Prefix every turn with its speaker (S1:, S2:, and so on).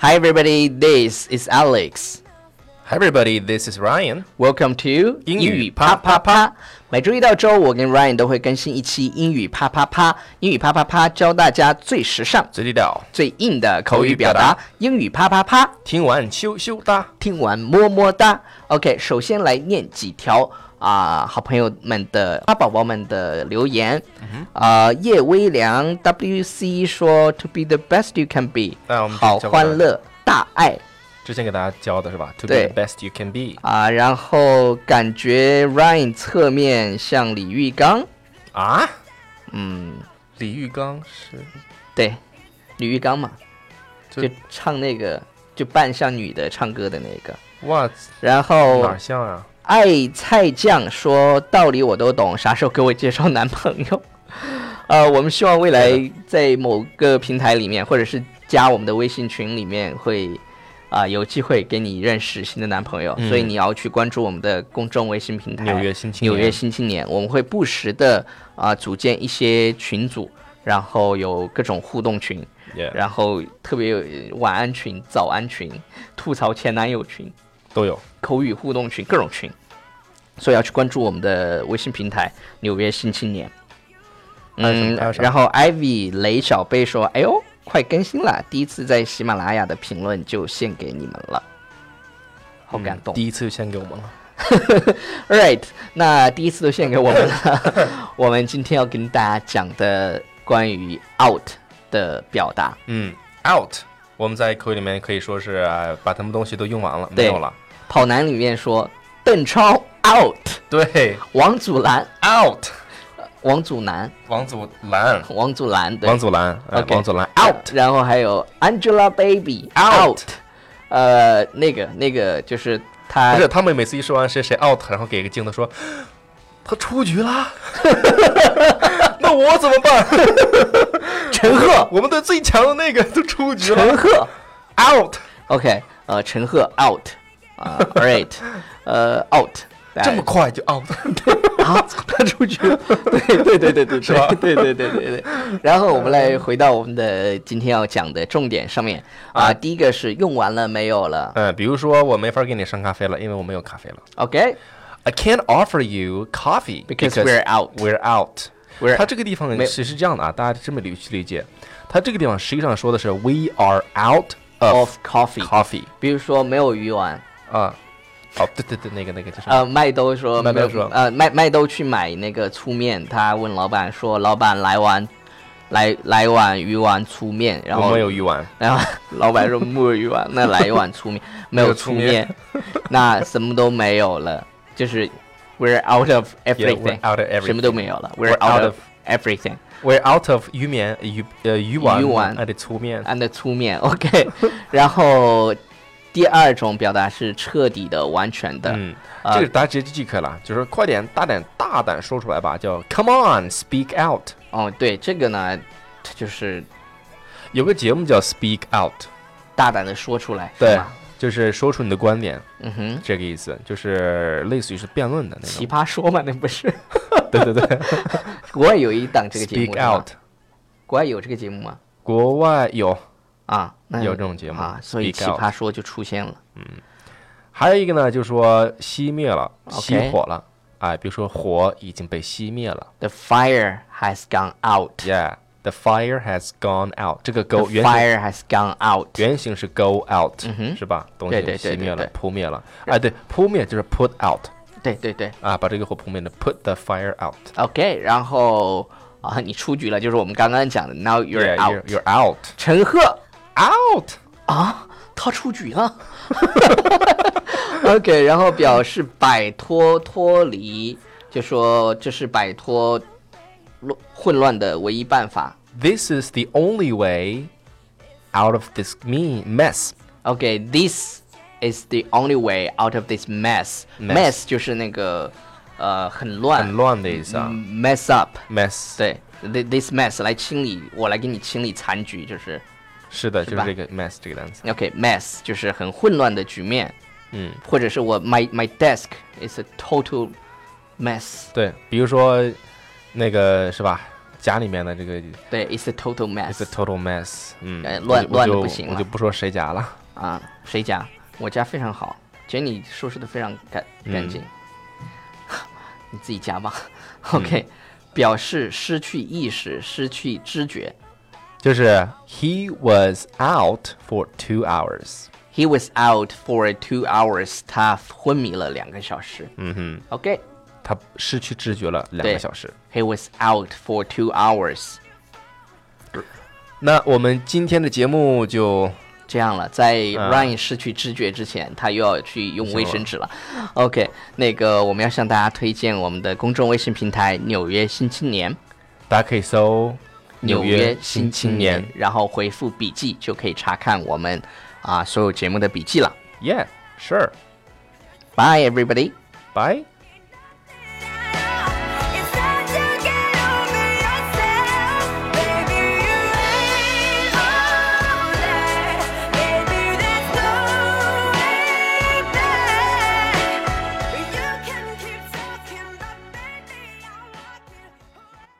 S1: Hi, everybody. This is Alex.
S2: Hi everybody, this is Ryan.
S1: Welcome to
S2: 英语
S1: 啪啪
S2: 啪
S1: 啪。每周一到周五，我跟 Ryan 都会更新一期英语啪啪啪。英语啪啪啪教大家最时尚、
S2: 最地道，
S1: 最硬的口语表
S2: 口语表
S1: 达。英语啪啪啪，
S2: 听完羞羞哒。
S1: 听完么么哒。OK，首先来念几条啊、好朋友们的、花宝宝们的留言。
S2: 嗯
S1: 啊、叶微良 WC 说：“To be the best you can be，、
S2: 那我们
S1: 好
S2: 教过
S1: 欢乐大爱。”
S2: 之前给大家教的是吧？To be
S1: 对
S2: the best you can be
S1: 啊，然后感觉 Ryan 侧面像李玉刚，
S2: 啊？
S1: 嗯，
S2: 李玉刚是
S1: 对，李玉刚嘛，
S2: 就
S1: 就唱那个就扮像女的唱歌的那个。
S2: 哇，
S1: 然
S2: 哪
S1: 后
S2: 儿像啊？
S1: 爱菜酱说道理我都懂，啥时候给我介绍男朋友？ 呃，我们希望未来
S2: 对
S1: 在某个平台里面，或者是加我们的微信群里面会。啊、有机会给你认识新的男朋友，所以
S2: 嗯
S1: 你要去关注我们的公众微信平台。
S2: 纽约新青年
S1: 哎纽约新青年，我们会不时的啊、组建一些群组，然后有各种互动群，
S2: Yeah，
S1: 然后特别有呃晚安群、早安群、吐槽前男友群、
S2: 都有。
S1: 口语互动群各种群，所以要去关注我们的微信平台“纽约新青年”。
S2: 还有什
S1: 嗯
S2: 么还有，啥
S1: 然后 Ivy 雷小贝说：“哎呦，快更新了！第一次在喜马拉雅的评论就献给你们了，好
S2: 嗯
S1: 感动。
S2: 第一次就献给我们了。
S1: Right，那第一次都献给我们了。 我们今天要跟大家讲的关于 out 的表达，
S2: 嗯，out，我们在口语里面可以说是、呃把什么东西都用完了，没
S1: 对
S2: 有了。
S1: 跑男里面说邓超 out，
S2: 对
S1: 王祖蓝
S2: ，out，
S1: 王祖蓝
S2: 王祖蓝，
S1: 王祖蓝对
S2: 王祖蓝，呃
S1: OK
S2: 王祖蓝
S1: out，
S2: ，out，
S1: 然后还有 Angelababy
S2: Out
S1: 呃，那个那个就是他
S2: 不是他们每次一说完谁谁 out，然后给一个镜头说他出 局啦，那我怎么办？
S1: 陈赫，
S2: 我们的最强的那个都出局了
S1: 陈赫
S2: ，out，
S1: ，OK，呃，陈赫 out，啊、a l r i g h t 呃 out，
S2: 这么快就 out，
S1: 啊，他出去了。对对对对对，
S2: 是吧
S1: 对对对对对对。然后我们来回到我们的今天要讲的重点上面啊，
S2: 啊
S1: 第一个是用完了没有了
S2: 嗯，比如说我没法给你上咖啡了，因为我没有咖啡了。
S1: ，OK，
S2: I can't offer you coffee
S1: Because we're out.
S2: We're out.
S1: We're-
S2: 它这个地方
S1: 没
S2: 其实是这样的啊，大家这么理去理解，它这个地方实际上说的是 we are out
S1: of
S2: of
S1: coffee，
S2: coffee
S1: 比如说没有鱼丸，
S2: 啊。哦，对对对，那个那个就是
S1: 呃，麦兜说
S2: 啊麦兜
S1: 没有
S2: 说
S1: 呃，麦麦兜去买那个粗面，他问老板说，老板来碗，来来碗鱼丸粗面，然
S2: 我
S1: 后
S2: 没有鱼丸，
S1: 然后啊老板说没有鱼丸，那来一碗粗 面，没有粗
S2: 没有
S1: 面，那什么都没有了，就是 we're out of
S2: Yeah,
S1: everything，
S2: we're out of everything.
S1: 什么都没有了，we're
S2: We're
S1: out
S2: out
S1: of everything
S2: We're out of 鱼面鱼呃鱼丸
S1: 鱼丸哎
S2: and 粗面
S1: and 粗面，OK，然后第二种表达是彻底的、完全的，
S2: 嗯，
S1: 啊
S2: 这个大家直接记就可以了，就是快点大胆大胆说出来吧，叫 Come on, speak out。
S1: 哦，对，这个呢，它就是
S2: 有个节目叫 Speak Out，
S1: 大胆的说出来，是
S2: 对
S1: 吗，
S2: 就是说出你的观点，
S1: 嗯哼，
S2: 这个意思，就是类似于是辩论的那
S1: 奇
S2: 种。
S1: 葩说嘛，那不是，
S2: 对对对
S1: 国外有一档这个节目
S2: ，Speak
S1: 是吗
S2: Out，
S1: 国外有这个节目吗？
S2: 国外有
S1: 啊，那
S2: 有这种节目
S1: 啊，所以奇
S2: Speak Out
S1: 葩说就出现了。
S2: 还有一个呢，就是说熄灭了，
S1: OK
S2: 熄火了，哎，比如说火已经被熄灭了
S1: The fire has gone out.
S2: ，Yeah，the fire has gone out，这个
S1: The
S2: go 原型
S1: fire has gone out.
S2: 原型是 go out，、
S1: 哼
S2: 是吧？东
S1: 对
S2: 西
S1: 对对
S2: 熄
S1: 对
S2: 灭了
S1: 对，
S2: 扑灭了。哎，对，扑灭就是 put out
S1: 对对对
S2: 啊，把这个火扑灭了，put the fire out。
S1: ，OK。然后啊，你出局了，就是我们刚刚讲的。Now you're
S2: Yeah,
S1: out.
S2: You're, you're out.
S1: 陈赫
S2: Out.
S1: 啊，他出局了。OK，然后表示摆脱脱离，就说这是摆脱乱混乱的唯一办法。
S2: This is the only way out of this me mess.
S1: Okay, this is the only way out of this mess.
S2: Mess
S1: 就是那个呃很乱
S2: 很乱的意思啊。
S1: 嗯 mess up。
S2: mess
S1: 对，thi-，this mess 来清理，我来给你清理残局，就是
S2: 是的，就是
S1: 吧
S2: 是这个 mess 这个单词。
S1: OK mess 就是很混乱的局面，
S2: 嗯，
S1: 或者是我 my my desk is a total mess。
S2: 对，比如说那个是吧？家里面的这个
S1: 对，it's a total
S2: it's a
S1: mess
S2: total mess，嗯
S1: 哎，
S2: 我
S1: 乱
S2: 就我
S1: 乱得
S2: 就
S1: 不行
S2: 我
S1: 了
S2: 就不说谁家了。
S1: 啊。谁家？我家非常好，Jenny 收拾的非常干干净。
S2: 嗯
S1: 你自己家吧。OK，、表示失去意识、失去知觉。
S2: 就是 He was out for two hours。
S1: He was out for two hours，他昏迷了两个小时。
S2: 嗯哼，
S1: OK，he、
S2: 他失去知觉了两
S1: 对
S2: 个小时。
S1: was out for two hours。
S2: 那我们今天的节目就
S1: 这样了，在
S2: 嗯
S1: Ryan 失去知觉之前，他又要去用卫生纸了。OK，那个我们要向大家推荐我们的公众微信平台《纽约新青年》，
S2: 大家可以搜
S1: 纽约新
S2: 青
S1: 青年，然后回复笔记就可以查看我们啊所有节目的笔记了。
S2: Yeah, sure.
S1: Bye everybody。
S2: Bye.